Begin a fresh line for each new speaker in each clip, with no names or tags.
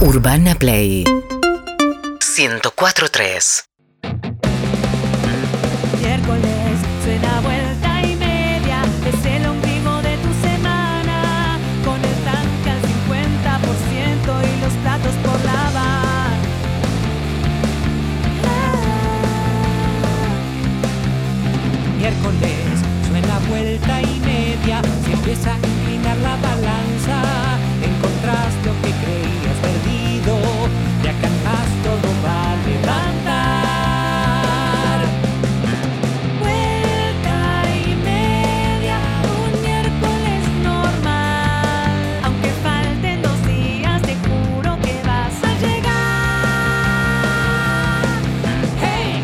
Urbana Play 104.3
Miércoles suena vuelta y media, es el ombligo de tu semana. Con el tanque al 50% y los platos por lavar.
miércoles suena vuelta y media se empieza a inclinar la balanza encontrás lo que creías perdido ya acá todo va a levantar
Vuelta y media, un miércoles normal. Aunque falten dos días, te juro que vas a llegar. ¡Hey!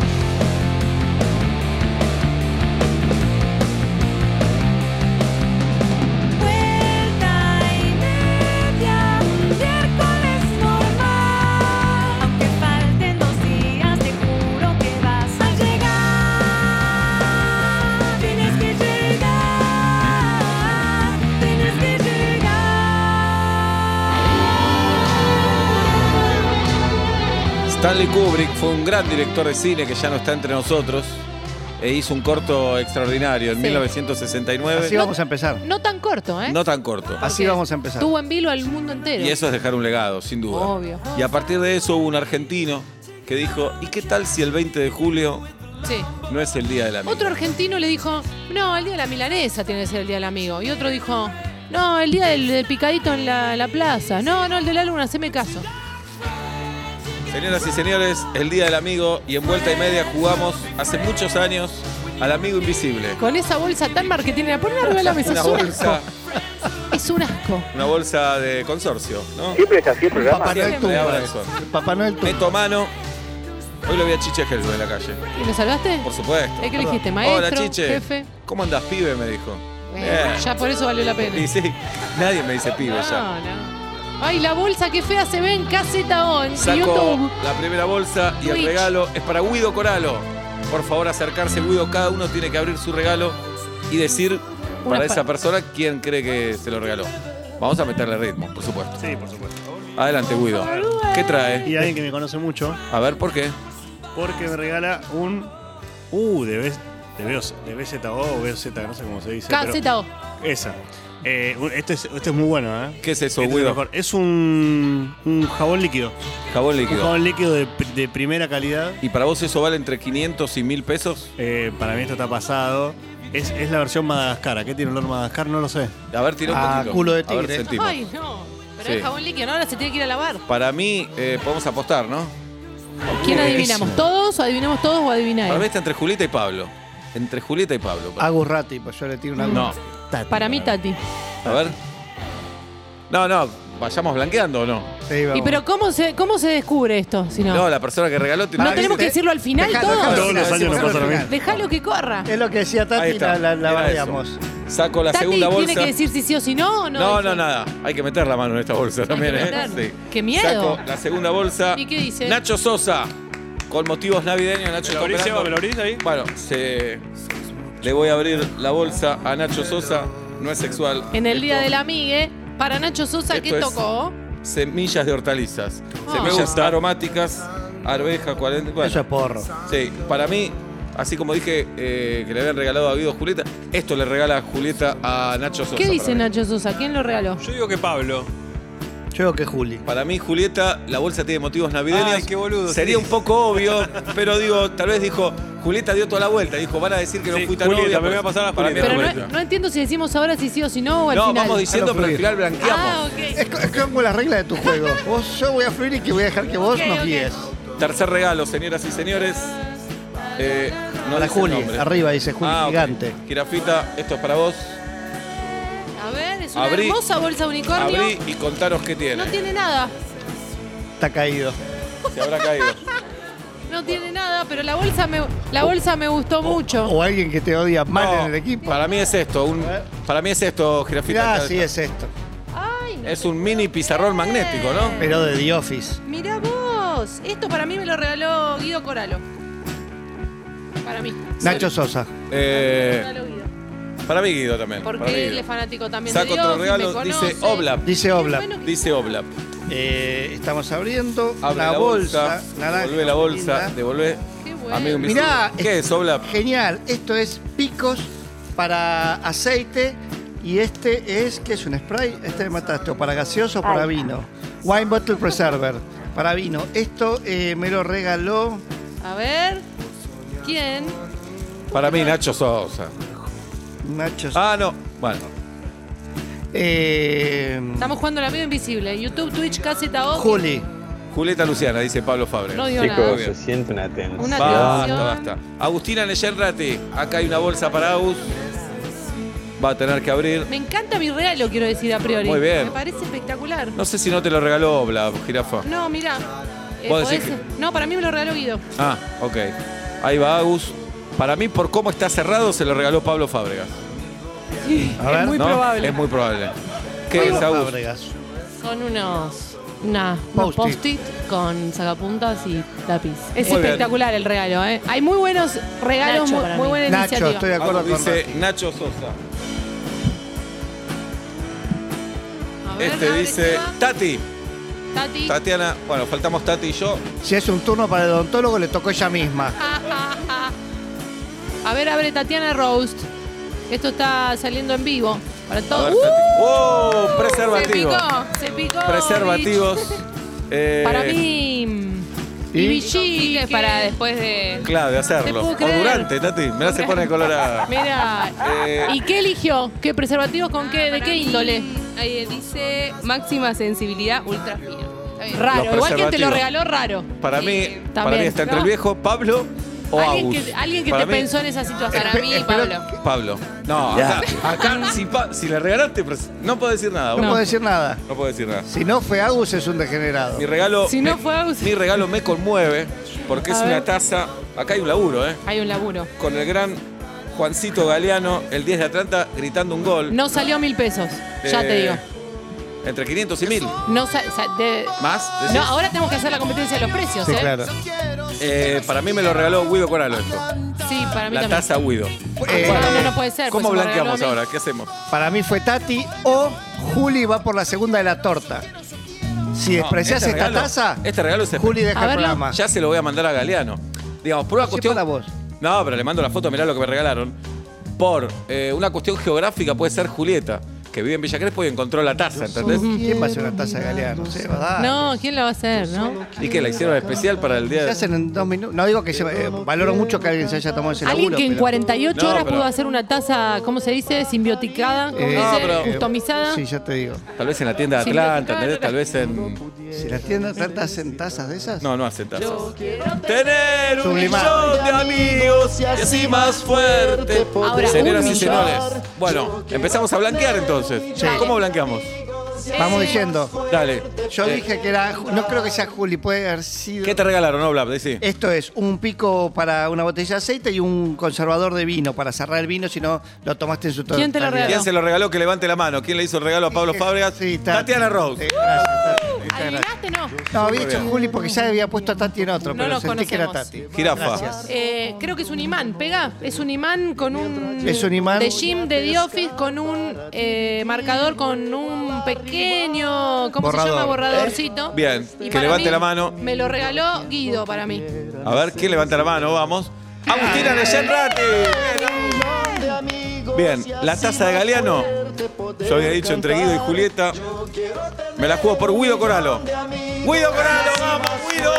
Vuelta y media, un miércoles normal. Aunque falten dos días, te juro que vas a llegar. Tienes que llegar, tienes que llegar.
Stanley Kubrick fue un gran director de cine que ya no está entre nosotros e hizo un corto extraordinario en
Sí.
1969.
Así vamos a empezar.
No tan corto, ¿eh?
No tan corto.
Así vamos a empezar.
Tuvo en vilo al mundo entero.
Y eso es dejar un legado, sin duda.
Obvio.
Y a partir de eso hubo un argentino que dijo, ¿y qué tal si el 20 de julio
Sí.
no es el Día del Amigo?
Otro argentino le dijo, no, el día de la milanesa tiene que ser el día del amigo. Y otro dijo, no, el día del, del picadito en la, la plaza. No, no, el de la luna, haceme caso.
Señoras y señores, el Día del Amigo y en Vuelta y Media jugamos hace muchos años al Amigo Invisible.
Con esa bolsa tan marketinera, ponen arriba de la mesa.
Una
es un
bolsa,
asco. Es un asco.
una bolsa de consorcio, ¿no?
Siempre es así el
Papá
programa.
Noel
Siempre
tumba.
habla eso.
Papá Noel tumba.
Meto mano. Hoy lo vi a Chiche Helve en la calle.
¿Y lo salvaste?
Por supuesto.
¿Eh, ¿Qué le dijiste?
Hola,
Maestro,
Chiche.
jefe.
¿Cómo andás, pibe? Me dijo.
Bueno,
Eh.
Ya por eso valió la pena. Ah,
Y sí, nadie me dice pibe ya.
No, no. Ay, la bolsa que fea se ve en caseta O, en
Saco
YouTube.
la primera bolsa y el
Twitch.
regalo es para Guido Coralo. Por favor, acercarse, Guido. Cada uno tiene que abrir su regalo y decir
Una
para
pa-
esa persona quién cree que se lo regaló. Vamos a meterle ritmo, por supuesto.
Sí, por supuesto.
Adelante, Guido. ¿Qué trae?
Y alguien que me conoce mucho,
A ver, ¿por qué?
porque me regala un. Uh, de, B- de, BO de BZO o BZ, no sé cómo se dice. pero-
Caseta O.
esa. Eh, un- este, es, este es muy bueno, ¿eh?
¿Qué es eso,
Este es, el
Guido?
mejor. es un, un jabón líquido.
Jabón
Un
líquido.
jabón líquido de, pr- de primera calidad.
¿Y para vos eso vale entre 500 y 1000 pesos?
Eh, para mí esto está pasado. Es, es la versión Madagascar. ¿A qué tiene olor Madagascar? No lo sé.
A ver, tira un
Ah,
poquito.
culo de
A ver,
tigre.
sentimos.
Ay, no. Pero
Sí.
es jabón líquido, ¿no? Ahora se tiene que ir a lavar.
Para mí, eh, podemos apostar, ¿no?
¿Quién
Buenísimo.
adivinamos? ¿Todos? ¿O adivinamos todos o
Para mí
adivináis?
está entre Julieta y Pablo. Entre Julieta y Pablo.
Agus Ratti, pues yo le tiro una
No.
Tati,
Para mí, Tati.
A ver. No, no, vayamos blanqueando o no.
Sí, vamos.
¿Y pero cómo se, cómo se descubre esto? Si no,
No, la persona que regaló tiene ¿eh?
¿No tenemos que decirlo al final
Dejá-
todos?
dejá-
Todos los
dejá-
años nos
dejá-
pasa lo mismo.
Dejalo que corra.
Es lo que decía
Ahí
Tati,
está.
la, la, la
Era
bardeamos.
Saco la
Tati
segunda bolsa.
tiene que decir si sí o si no. o No,
no,
dice?
no, nada. Hay que meter la mano en esta bolsa también,
que
¿eh?
meter. Qué miedo.
Saco la segunda bolsa.
¿Y qué dice?
Nacho Sosa. Con motivos navideños, Nacho está operando.
ahí?
Bueno, se... le voy a abrir la bolsa a Nacho Sosa. No es sexual.
En el día
Esto-
de la migue, para Nacho Sosa, ¿qué
Esto es-
tocó?
Semillas de hortalizas.
Ah. Me
Semillas
gusta.
aromáticas, arveja, 40. bueno.
Eso es porro.
Sí, para mí, así como dije eh, que le habían regalado a Guido Julieta, esto le regala Julieta a Nacho Sosa.
¿Qué dice
para mí.
Nacho Sosa? ¿Quién lo regaló?
Yo digo que Pablo.
Yo digo que Juli.
Para mí, Julieta, la bolsa tiene motivos navideños.
Ay, qué boludo,
Sería
sí.
un poco obvio, pero digo, tal vez dijo, Julieta dio toda la vuelta. Dijo, van a decir que no
Sí,
fuiste a
Julieta,
novia,
me voy
pero-
a pasar a
para mí
Julieta.
era
Pero
Julieta.
no, no entiendo si decimos ahora si sí o si no o al
No,
final.
vamos diciendo,
A lo
pero al
fluir.
final blanqueamos.
Ah, ok.
Es, co- es como la regla de tu juego. Vos, yo voy a fluir y que voy a dejar que vos
Ok,
nos
ok.
guíes.
Tercer regalo, señoras y señores. Eh, no
A la
dice el
Juli,
nombre.
arriba dice Juli,
Ah, ok.
gigante.
Girafita, esto es para vos.
A ver, es una
Abrí-
hermosa bolsa unicornio.
Abrí y contanos qué tiene.
No tiene nada.
Está caído.
Se habrá caído.
No tiene nada, pero la bolsa me, la bolsa me gustó
Oh,
mucho.
O alguien que te odia mal
No,
en el equipo.
Para mí es esto, un- para mí es esto, girafita.
Mirá,
Acá
sí
está.
es esto.
Ay, no.
Es un mini pizarrón magnético, ¿no?
Pero de The Office.
Mirá vos. Esto para mí me lo regaló Guido Coralo. Para mí.
Nacho Sosa.
Eh,
Coralo Guido.
para mí Guido también.
Porque
para mí,
él
Guido.
es fanático también
Saco
de Dios.
otro regalo, dice Oblap.
Dice Oblap.
Bueno,
Dice Oblap.
Eh, estamos abriendo
Abre
una
la bolsa,
bolsa, naranja.
devolvé la bolsa,
linda.
devolvé.
Qué bueno.
Amigo invisible.
Mirá,
¿Qué es Oblap?
Genial, esto es picos para aceite y este es, ¿qué es un spray? Este me mataste, o para gaseoso o para
Ay.
vino. Wine Bottle Preserver, para vino. Esto eh, me lo regaló
A ver. ¿Quién?
Para mí, Nacho Sosa.
Nacho.
Ah, no. Bueno,
Eh,
Estamos jugando el amigo invisible. YouTube, Twitch, caseta O.
Juli.
Julieta Luciana, dice Pablo Fabre.
No digo nada.
Muy
Chicos, se
bien.
siente una tensión.
Una
Basta,
tensión.
basta. Agustina Neyerrate, acá hay una bolsa para Agus. Va a tener que abrir.
Me encanta mi regalo, quiero decir a priori.
Muy bien.
Me parece espectacular.
No sé si no te lo regaló Oblap, jirafa.
No, mira. Eh,
Vos decís
podés- No, para mí me lo regaló Guido.
Ah, ok. Ahí va Agus. Para mí, por cómo está cerrado, se lo regaló Pablo Fábregas.
A ver,
muy
¿no?
probable.
Es muy probable. ¿Qué es Agus?
Fábregas.
Son unos. Nah, unos
Post-it.
post-it con sacapuntas y lápiz. Es
Muy bien.
espectacular el regalo, ¿eh? Hay muy buenos regalos,
Nacho,
muy,
para
muy
mí.
buena
Nacho,
iniciativa.
estoy de acuerdo
Agus
con
dice
Rafi.
Nacho Sosa.
A ver,
Este
abre
dice
esta.
Tati.
Tati.
Tatiana. Bueno, faltamos Tati y yo.
Si es un turno para el odontólogo, le tocó ella misma.
A ver, abre Tatiana Roast. Esto está saliendo en vivo. Para
A ver,
todos.
Tati. ¡Wow!
¡Uh! Se
Preservativo.
picó, se picó.
Preservativos. Eh,
bitch. Para mí. mm, Y bichique para después de.
Claro, de
Te
hacerlo.
puedo
O
creer.
durante, Tati. Mirá, se pone colorada.
Mira.
Eh,
¿Y qué eligió? ¿Qué preservativos con qué? ¿De
Ah, Para
qué
mí,
índole?
ahí dice máxima sensibilidad ultra fina. Está bien.
Raro.
Los
Igual quien te lo
preservativos.
regaló, raro.
para mí,
También,
para mí está entre el
¿no?
viejo Pablo o
alguien
Agus.
que, alguien que
Para
te
mí-
pensó en esa situación.
Para mí,
espero-
Pablo.
Pablo. No, acá, acá si, pa- si le regalaste, pres- no puedo decir nada.
No,
boludo.
puedo decir nada.
No puedo decir nada.
Si no fue Agus, es un degenerado.
Mi regalo,
Si no
me,
fue Agus.
mi regalo me conmueve porque es
A
una
ver.
taza. Acá hay un laburo, ¿eh?
Hay un laburo.
Con el gran Juancito Galeano, el 10 de Atlanta, gritando un gol.
No salió mil pesos. Ya
Eh,
te digo.
Entre 500 y 1000.
No, sa- sa- de-
¿Más? decís.
no, ahora tenemos que hacer la competencia de los precios,
Sí,
¿eh?
claro.
Eh, para mí me lo regaló Guido Coralo esto.
Sí, para mí
La
también.
taza Guido.
Eh,
Bueno, no, no puede ser.
¿Cómo
pues,
blanqueamos
para
ahora? ¿Qué hacemos?
Para mí fue Tati o Juli va por la segunda de la torta.
No,
Si desprecias
este
esta
regalo-
taza,
Este regalo se
Juli
A
deja el
verlo.
programa.
Ya se lo voy a mandar a Galeano. Digamos, por una
Sí,
cuestión.
para vos.
No, pero le mando la foto, mirá lo que me regalaron. Por eh, una cuestión geográfica puede ser Julieta, que vive en Villa Crespo y encontró la taza, ¿entendés?
¿Quién va a hacer una taza de galeano? No sé, ¿verdad?
Mm. No, ¿quién la va a hacer, no?
Y que la hicieron especial para el día
Se
de.
hacen en dos minutos. No digo que se, eh, valoro mucho que alguien se haya tomado ese
Alguien
laburo,
que en
pero-
48
No,
horas
pero-
pudo hacer una taza, ¿cómo se dice? Simbioticada, ¿cómo
Eh,
se dice?
no, pero-
customizada.
Sí, ya te digo.
Tal vez en la tienda de
Sí,
Atlanta,
claro.
¿entendés? Tal vez en.
Si las tiendas tantas hacen tazas de esas.
No, no hacen tazas. Tener un
Sublimado.
millón de amigos y así más fuerte.
Ahora,
Señoras
un
y
millón.
señores. Bueno, empezamos a blanquear entonces.
Sí.
¿Cómo blanqueamos?
Vamos diciendo.
Dale.
Yo
Eh,
dije que era. Ju- No creo que sea Juli, puede haber sido.
¿Qué te regalaron, Oblab? Decí.
Esto es un pico para una botella de aceite y un conservador de vino para cerrar el vino si no lo tomaste en su totalidad. Eh,
¿Quién te lo regaló?
¿Quién se lo regaló? Que levante la mano. ¿Quién le hizo el regalo a Pablo Fábregas?
Sí, Tati.
Tatiana Rose.
Sí, gracias, Tati. Muchas gracias.
¿Adivinaste no?
No, había dicho
bien.
Juli porque ya había puesto a Tati en otro,
No
pero
lo
sentí que era
conocemos.
Tati.
Jirafa.
Gracias.
Eh, creo que es un imán, pega. Es un imán con un.
Es un imán.
De gym, de The Office, con un eh, marcador, con un pequeño. ¿Cómo
Borrador.
se llama? Borradorcito.
Eh, Bien,
Y
que
para
levante
mí,
la mano.
Me lo regaló Guido para mí.
A ver, ¿quién levanta la mano? Vamos. Agustina Neyenrati. Bien, la taza de Galeano. Yo había dicho entre Guido y Julieta. Me la juego por Guido Coralo. Guido Coralo, vamos, Guido.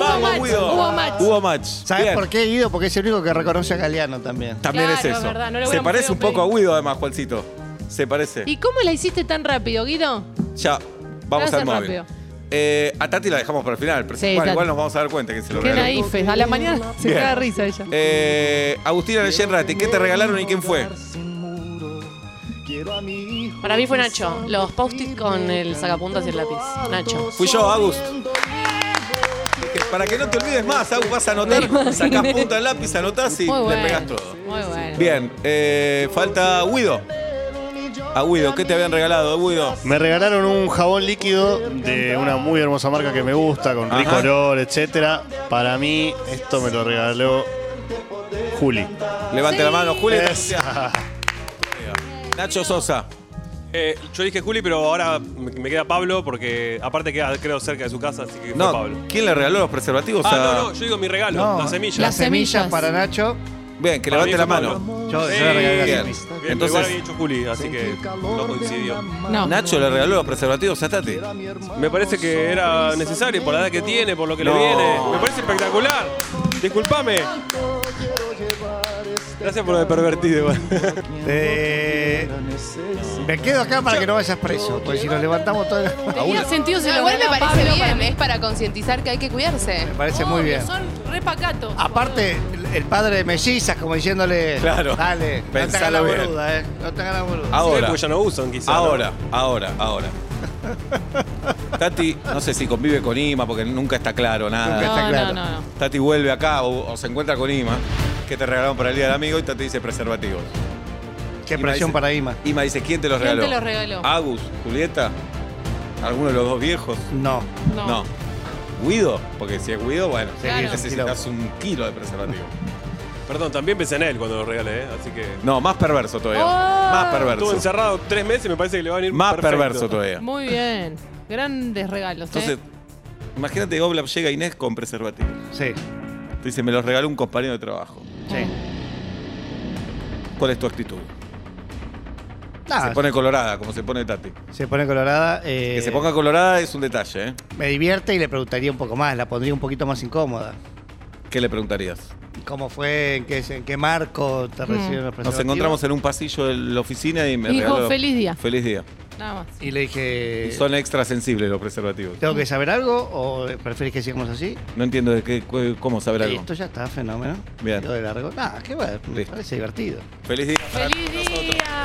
Vamos,
match,
Guido.
hubo match.
Hubo match.
¿Sabes
Bien.
por qué, Guido? Porque es el único que reconoce a Galeano también.
También
Claro,
es eso.
verdad, no le
Se
hubiéramos
parece
podido
un poco a
pedir.
Guido, además, Juancito. Se parece.
¿Y cómo la hiciste tan rápido, Guido?
Ya, vamos
Lo
al
hace
móvil.
rápido.
Eh, a Tati la dejamos para el final, pero
Sí,
bueno,
Tati.
igual nos vamos a dar cuenta que se lo
Qué
regaló.
naifes. A la mañana se
Bien.
caga de risa ella.
Eh, Agustina Neyenrati, ¿qué te regalaron y quién fue?
Para mí fue Nacho, los post-it con el sacapuntas y el lápiz. Nacho.
Fui yo, Agus. Que Para que no te olvides más, Agus, vas a anotar, sacás punta el lápiz, anotás y
Muy
le
bueno.
pegás todo.
Muy bueno.
Bien, eh, falta Guido. A Guido, ¿qué te habían regalado, Guido?
Me regalaron un jabón líquido de una muy hermosa marca que me gusta, con rico
Ajá.
olor, etcétera. Para mí, esto me lo regaló Juli.
Levante la mano, Julio.
Esa.
Nacho Sosa.
Eh, yo dije Juli, pero ahora me me queda Pablo porque aparte queda creo cerca de su casa, así que fue
No,
Pablo.
¿quién le regaló los preservativos
ah,
a.?
no, no, yo digo mi regalo,
No,
la semilla.
la
Las semillas
semillas.
para Nacho.
Bien, que
Para mí
levante la
fue
mano.
Pablo.
Yo,
Sí,
yo le regalé las
bien.
semillas.
Entonces-
Bien, Entonces, igual había dicho Juli, así que no coincidió.
No.
Nacho le regaló los preservativos a Tati.
Me parece que era necesario por la edad que tiene, por lo que
No.
le viene. Me parece espectacular. Disculpame. Gracias por lo de pervertido. igual.
Eh, me quedo acá para que no vayas preso, porque si nos levantamos todas las-
Tenía sentido se
No,
lo
igual me
ganaba
parece
Pablo
bien,
para mí.
es para concientizar que hay que cuidarse.
Me parece muy
Obvio,
bien.
Son repacatos.
Ah,
Aparte, el- el padre de Mellizas, como diciéndole,
Claro.
dale, no te hagas la
Pensalo bien. Ah,
boluda, eh. No te hagas la boluda.
Sí,
Ahora,
porque ya no usan, quizás.
ahora, ahora, ahora. Tati, no sé si convive con Ima porque nunca está claro nada.
Nunca está
No,
claro.
no, no, no.
Tati vuelve acá o, o se encuentra con Ima, que te regalaron para el Día del Amigo y Tati dice preservativos.
Qué
Ima
presión
dice-
para Ima.
Ima dice, ¿quién te los
¿Quién te
regaló? Ah,
los regaló?
Agus, Julieta, alguno de los dos viejos.
No.
No.
No. ¿Guido? Porque si es Guido, bueno,
Claro.
necesitas un kilo de preservativo.
Perdón, también pensé en él cuando lo regalé, ¿eh? así que.
No, más perverso todavía.
Oh.
Más
Estuvo
perverso.
encerrado tres meses y me parece que le va a venir
Más
perfecto.
perverso todavía.
Muy bien. Grandes regalos. ¿eh?
Entonces, imagínate que Oblap llega a Inés con preservativo.
Sí,
Te dice, me los regaló un compañero de trabajo.
sí.
¿Cuál es tu actitud?
Nada,
Se pone colorada, como se pone Tati.
colorada. eh,
Que se ponga colorada es un detalle, ¿eh?
Me divierte y le preguntaría un poco más, la pondría un poquito más incómoda.
¿Qué le preguntarías?
¿Cómo fue? ¿En qué, en qué marco te recibieron los
Nos
preservativos?
encontramos en un pasillo de la oficina y me
Dijo,
regaló...
"Feliz día".
Feliz día.
Nada más.
Y le dije,
Son extra sensibles los preservativos.
¿tengo que saber algo o preferís que sigamos así?
No entiendo de qué, cu- cómo saber algo.
Esto ya está, fenómeno.
Bien.
Lo de largo. Nada, qué bueno, me
Listo.
parece divertido.
Feliz día. para
¡Feliz
nosotros.
día!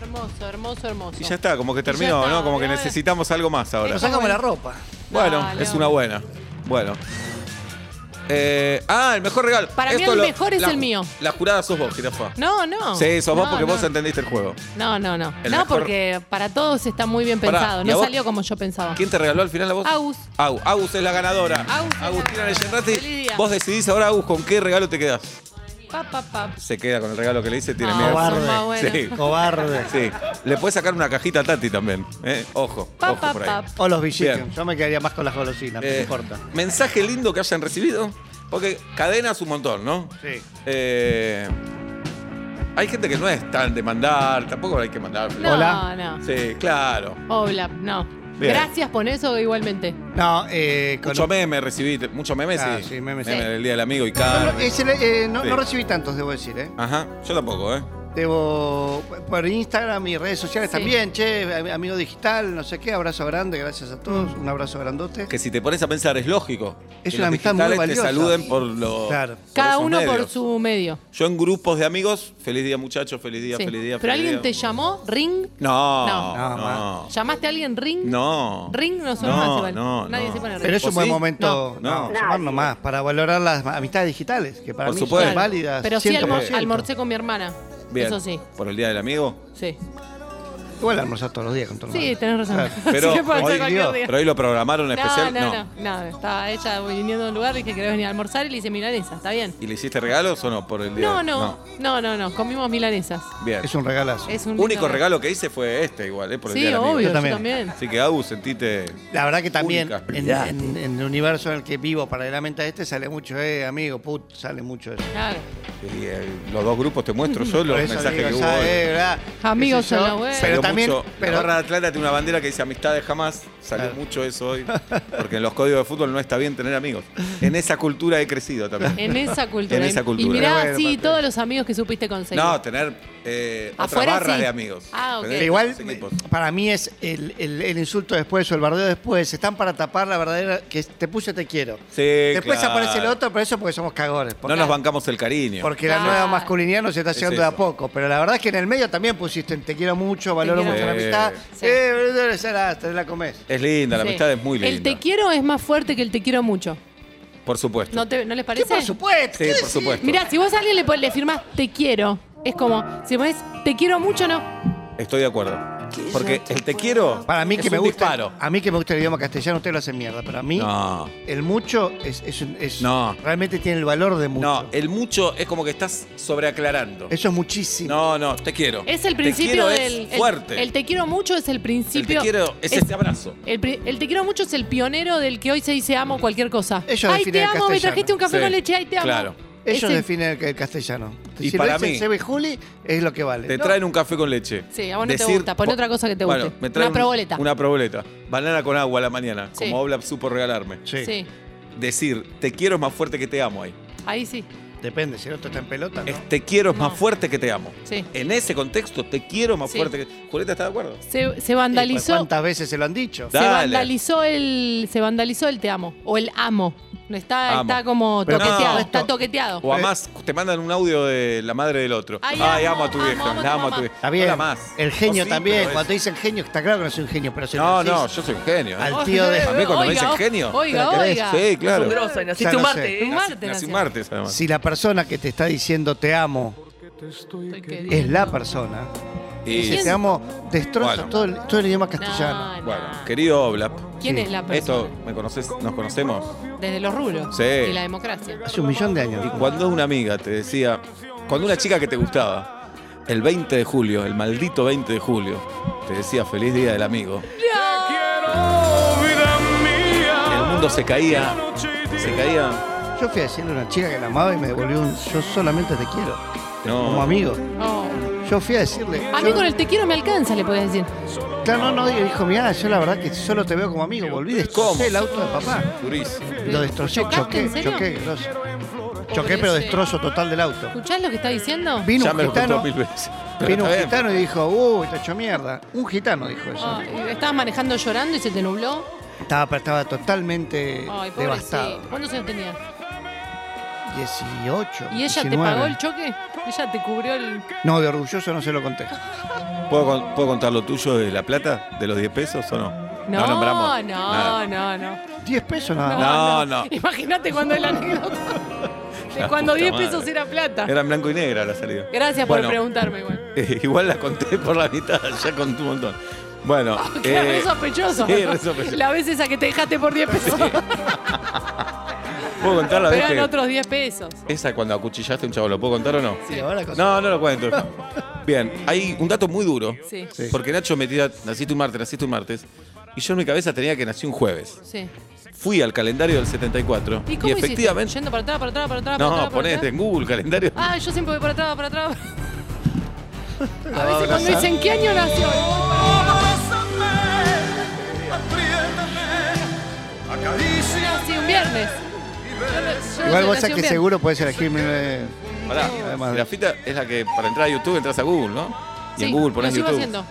Hermoso, hermoso, hermoso.
Y ya está, como que
ya
terminó,
está,
¿no? Como que
ahora-
necesitamos algo más ahora.
Pero sácame la ropa.
Bueno,
Dale,
es una buena. Bueno. Eh, ah, el mejor regalo.
Para mí el mejor es
la-
el mío.
La jurada sos vos, jirafa.
No, no.
Sí, sos vos
No,
porque
no.
vos entendiste el juego.
No, no, no.
El
no,
mejor-
porque para todos está muy bien
Pará,
pensado.
¿y a
No
vos?
salió como yo pensaba.
¿Quién te regaló al final la voz?
Agus.
Agus. Agus es la ganadora.
Agus es la
Agustina
ganadora.
Leyendrati.
Feliz día.
Vos decidís ahora, Agus, con qué regalo te quedás.
Pa, pa, pa.
Se queda con el regalo que le hice, tiene
Ah,
miedo.
bueno,
Cobarde.
ah, bueno.
Sí.
Cobarde.
Sí. Le puedes sacar una cajita a Tati también. ¿eh? Ojo.
Pa,
ojo
pa,
por ahí.
pa.
O los billetes.
Bien.
Yo me quedaría más con las golosinas, no
Eh,
importa.
Mensaje lindo que hayan recibido. Porque cadenas un montón, ¿no?
Sí.
Eh, hay gente que no es tan de mandar, tampoco hay que mandar.
No,
Hola.
no.
Sí, claro.
Obla, no.
Bien.
Gracias por eso igualmente.
No, eh, con-
Mucho meme recibí, mucho meme,
Ah,
sí.
sí, meme, sí.
meme del Día del Amigo y
No,
cada.
no, ese le- eh, no,
Sí.
no recibí tantos, debo decir, ¿eh?
Ajá, yo tampoco, ¿eh?
Debo. Por Instagram y redes sociales
Sí.
también, che, am- amigo digital, no sé qué, abrazo grande, gracias a todos,
Mm.
un abrazo grandote.
Que si te pones a pensar, es lógico.
Es
que
una
los
amistad muy
digitales
valiosa.
te saluden por los.
Claro.
por
Cada
esos
uno por
medios.
su medio.
Yo en grupos de amigos, feliz día, muchachos, feliz día,
Sí.
feliz día.
Pero
feliz
alguien te
día.
llamó, ring.
No,
No.
No,
no.
¿Llamaste a alguien ring?
No.
Ring no son
No,
más igual.
no,
Nadie
no.
se pone ring.
Pero es un
¿O
buen
sí?
momento
No. No.
llamarnos más para valorar las ma- amistades digitales, que para
Por
mí
supuesto.
son válidas.
Pero sí almor-
100%.
almorcé con mi hermana.
Bien.
Eso sí.
Por el día del amigo.
Sí.
Igual almorzás todos los días con todo el
Sí,
mundo.
tenés razón.
Claro.
Pero
Sí, puede
hoy-
ser cualquier día.
Pero hoy lo programaron en
No,
especial.
no, no, no, Estaba ella viniendo de un lugar, dije que venir a almorzar y le hice milanesa, ¿está bien?
¿Y le hiciste regalos o no por el día?
No, no, no, no, no, comimos milanesas.
Bien.
Es un regalazo.
Es un lindo
Único regalo que hice fue este igual, ¿eh? Por el
Sí,
día del amigo.
obvio,
Yo
yo
también.
también.
Así que Agus, sentite.
La verdad que también
Única.
en, en- en el universo en el que vivo paralelamente a este sale mucho, eh, amigo, put, sale mucho eso.
Claro.
y, eh, los dos grupos te muestro yo los
Por eso
mensajes
digo,
que hubo.
ya,
hoy.
eh, ¿verdad?
Amigos
Qué sé
en
yo.
la web.
Pero
Salió
también,
mucho-
pero-
la eh, barra de Atlanta tiene una bandera que dice amistades jamás. Salió
Claro.
mucho eso hoy. Porque en los códigos de fútbol no está bien tener amigos. En esa cultura he crecido también.
En esa cultura.
En esa cultura.
Y mirá,
Pero bueno,
sí,
Martín.
todos los amigos que supiste conseguir.
No, tener eh, otras
Afuera
barras
sí.
de amigos.
Ah, ok.
Tener
Pero igual,
otros equipos.
eh, para mí es el, el- el insulto después o el bardeo después. Están para tapar la verdadera que es, te puse te quiero.
Sí,
después
claro.
aparece el otro, pero eso porque somos cagones.
No
Porque,
nos bancamos el cariño.
porque la
Claro.
nueva masculinidad nos está
Es
llegando de a
eso.
poco. Pero la verdad es que en el medio también pusiste te quiero mucho, valoro
quiero
mucho la
mucho.
amistad.
Sí.
Eh, eh, esa la- te la comés.
Es linda, la
Sí.
amistad es muy linda.
El te quiero es más fuerte que el te quiero mucho.
Por supuesto.
¿No, te- no les
Sí,
parece?
por supuesto.
sí,
¿qué
por
decís?
supuesto.
Mirá, si vos a alguien le, pon- le firmás te quiero, es como, si vos te quiero mucho, no.
Estoy de acuerdo. Porque el te quiero
Para mí
es
que me
un
gusta.
disparo.
A mí que me gusta el idioma castellano, ustedes lo hacen mierda, pero a mí
No.
el mucho es, es un- es-
No.
realmente tiene el valor de mucho.
No, eh, el mucho es como que estás sobreaclarando.
Eso es muchísimo.
No, no, te quiero.
Es el
Te
principio
quiero es
del. el-
fuerte.
El, te quiero mucho es el
El te
principio.
quiero es,
es-
ese abrazo.
El, pri- el te quiero mucho es el pionero del que hoy se dice amo cualquier cosa.
Ellos
ay,
definen
te
el
amo, me
castellano.
trajiste un café
Sí,
con leche, ay, te amo.
claro.
Ellos
Ese-
definen el, el castellano.
Y
si
para
lo dicen
mí-
Seba y Juli, es lo que vale.
Te
No,
traen un café con leche.
Sí, a vos no te gusta, pon
po-
otra cosa que te guste.
Bueno, me traen
Una proboleta.
Una proboleta. Banana con agua a la mañana,
Sí.
como Oblap supo regalarme.
Sí.
Sí,
Decir, te quiero es más fuerte que te amo ahí.
ahí sí.
Depende, si el otro está en pelota, ¿no?
Es, te quiero es
No.
más fuerte que te amo.
Sí.
En ese contexto, te quiero es más
Sí.
fuerte que... Julieta, ¿está de acuerdo?
Se,
pues,
se vandalizó.
¿Cuántas veces se lo han dicho?
Se
Dale.
vandalizó el. Se vandalizó el te amo. O el amo. No está,
Amo.
está como
Pero
toqueteado.
no.
está toqueteado.
O además, te mandan un audio de la madre del otro.
Ay, amo,
a tu
amo,
vieja,
amo a
la
tu
amo a tu
mamá.
vieja.
Está bien.
No la amás.
El genio
No, Oh, sí,
también.
pero es-
Cuando dicen genio, está claro que no soy un genio, pero soy
No,
un
no, yo soy un genio. ¿eh?
Al tío de-
A mí cuando me
Oiga,
dicen genio.
Oiga,
¿Te la querés?
oiga.
Sí, claro.
Un grosso, y naciste
Ya
un
no
martes.
sé.
Un martes
Nací
nació.
martes, además.
Si la persona que te está diciendo te amo
Estoy querido.
es la persona,
Y-
dice te amo, destroza
Bueno.
todo, el, todo el idioma
No,
castellano.
no.
Bueno, querido Oblap.
¿Quién
Sí.
es la persona?
Esto, ¿me conoces? ¿Nos conocemos?
Desde los rubros.
Sí.
Y la democracia.
Hace un millón de años.
Y cuando una amiga te decía, cuando una chica que te gustaba, el 20 de julio, el maldito 20 de julio, te decía feliz día del amigo, el mundo se caía, se caía.
Yo fui a decirle a una chica que la amaba y me devolvió un yo solamente te quiero. Como
No,
amigo.
Oh.
Yo fui a decirle.
A mí
yo-
con el te quiero me alcanza, le podés decir.
Claro, no, no, dijo, mira, yo la verdad que solo te veo como amigo. Volví
¿Cómo?
destrocé el auto de papá.
durísimo.
Lo destrocé,
¿Chocaste, en
choqué,
serio?
choqué, grosso. Choqué, pero destrozo total del auto.
¿Escuchás lo que está diciendo?
Vino
Ya
un
me lo contó
gitano,
mil veces. Pero
vino un
está bien.
gitano y dijo, uy, te hecho mierda. Un gitano dijo eso.
Ay, estabas manejando llorando y se te nubló.
Estaba, pero estaba totalmente
Ay, pobrecito.
devastado.
¿Cuántos años tenía?
18.
¿Y ella
19.
te pagó el choque? ¿Ella te cubrió el.?
No, de orgulloso no se lo conté.
¿Puedo, con- puedo contar lo tuyo de la plata, de los 10 pesos o no?
No, no,
nombramos nada.
no, no, no.
10 pesos nada más.
No, no.
Imagínate cuando es la anécdota. De
La
cuando
puta
10
madre.
pesos era plata.
Era en blanco y negra la salida.
Gracias por
Bueno.
preguntarme, igual.
Eh, igual la conté por la mitad, ya conté un montón. Bueno,
Claro,
eh,
es sospechoso.
sí, re sospechoso.
La vez esa que te dejaste por 10 pesos.
¿puedo contar la
Pero
vez que-
eran otros 10 pesos.
Esa cuando acuchillaste a un chavo, ¿lo puedo contar o no?
Sí, ahora cosa-
No, no lo cuento. Bien, hay un dato muy duro.
Sí.
Sí.
Porque Nacho me tira, naciste un martes, naciste un martes. Y yo en mi cabeza tenía que nací un jueves.
Sí.
Fui al calendario del 74.
¿Y cómo hiciste?
efectivamente.
Yendo para atrás, para atrás, para atrás, para atrás.
No,
para
ponete
atrás?
en Google calendario.
Ah, yo siempre voy para atrás, para atrás. A
ahora
veces cuando
sabe.
dicen, ¿qué año nació? Nací un viernes. Yo- yo
Igual vos
nací un
sabés que
viernes.
seguro podés elegir. eh,
Pará,
Además.
la fita es la que para entrar a YouTube entras a Google, ¿no? Y
Sí,
en Google pones
lo sigo
YouTube.
haciendo.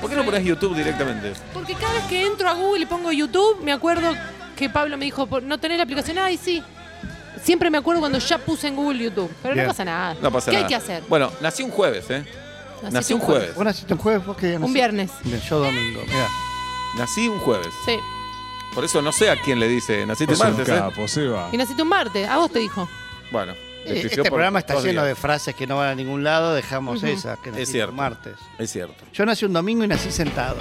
¿Por qué no pones YouTube directamente?
Porque cada vez que entro a Google y pongo YouTube, me acuerdo que Pablo me dijo, "Por- ¿no tenés la aplicación? Ay, sí. Siempre me acuerdo cuando ya puse en Google YouTube. Pero
Bien.
no pasa nada.
No pasa
¿Qué
nada.
hay que hacer?
Bueno, nací un jueves, ¿eh?
Naciste
Nací un
un
jueves.
¿Vos naciste un jueves? ¿Vos qué día
Un
naciste?
viernes.
Bien, Yo domingo, mirá.
Nací un jueves.
Sí.
Por eso no sé a quién le dice naciste un
Vos sos
martes,
un
¿eh?
capo, Seba.
Y naciste un martes. A vos te dijo.
Bueno,
Eh,
describió
Este
por
programa está
dos
lleno de
días.
frases que no van a ningún lado, dejamos esa, que nací
cierto.
un martes.
Es cierto.
Yo nací un domingo y nací sentado.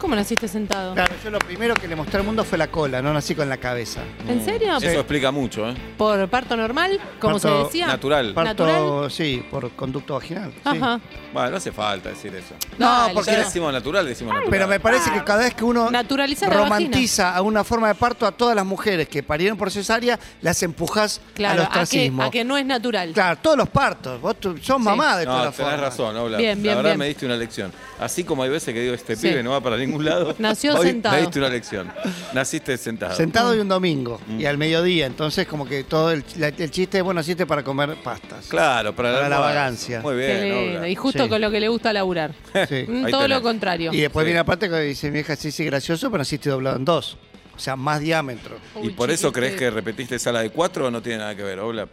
¿Cómo naciste sentado?
Ah.
Claro, yo lo primero que le mostré al mundo fue la cola, no nací con la cabeza.
¿En serio?
Mm. Eso explica mucho, ¿eh?
¿Por parto normal? Como se
Parto
decía.
Natural.
Parto,
¿Natural?
sí, por conducto vaginal. sí.
Ajá.
Bueno, no hace falta decir eso.
No,
¿Por qué decimos natural? Decimos natural.
Pero me parece que cada vez que uno
Naturalizar la
romantiza a una forma de parto a todas las mujeres que parieron por cesárea, las empujás
Claro,
al
a que,
ostracismo.
a que no es natural.
Claro, todos los partos. Vos tu- sos mamá de todas
No,
las
tenés
formas.
razón, Ola.
Bien, bien,
La verdad
bien.
me diste una lección. Así como hay veces que digo, este
Sí.
pibe no va para ningún lado.
Nació
hoy
sentado.
Me diste una lección. Naciste sentado.
Sentado y un domingo
Mm.
y al mediodía, entonces como que todo el, la- el chiste es, bueno, naciste para comer pastas.
Claro, para,
Para la
almohada.
vagancia.
Muy
Qué
bien,
lindo.
Ola.
Y justo
Sí.
con lo que le gusta laburar.
Sí.
Mm,
Ahí
Todo
tenés.
lo contrario.
Y después
Sí.
viene la parte que dice mi hija, sí, sí, gracioso, pero naciste doblado en dos. O sea, más diámetro.
¿Y
Uy,
por eso
chiquito.
crees que repetiste sala de cuatro o no tiene nada que ver, Ola?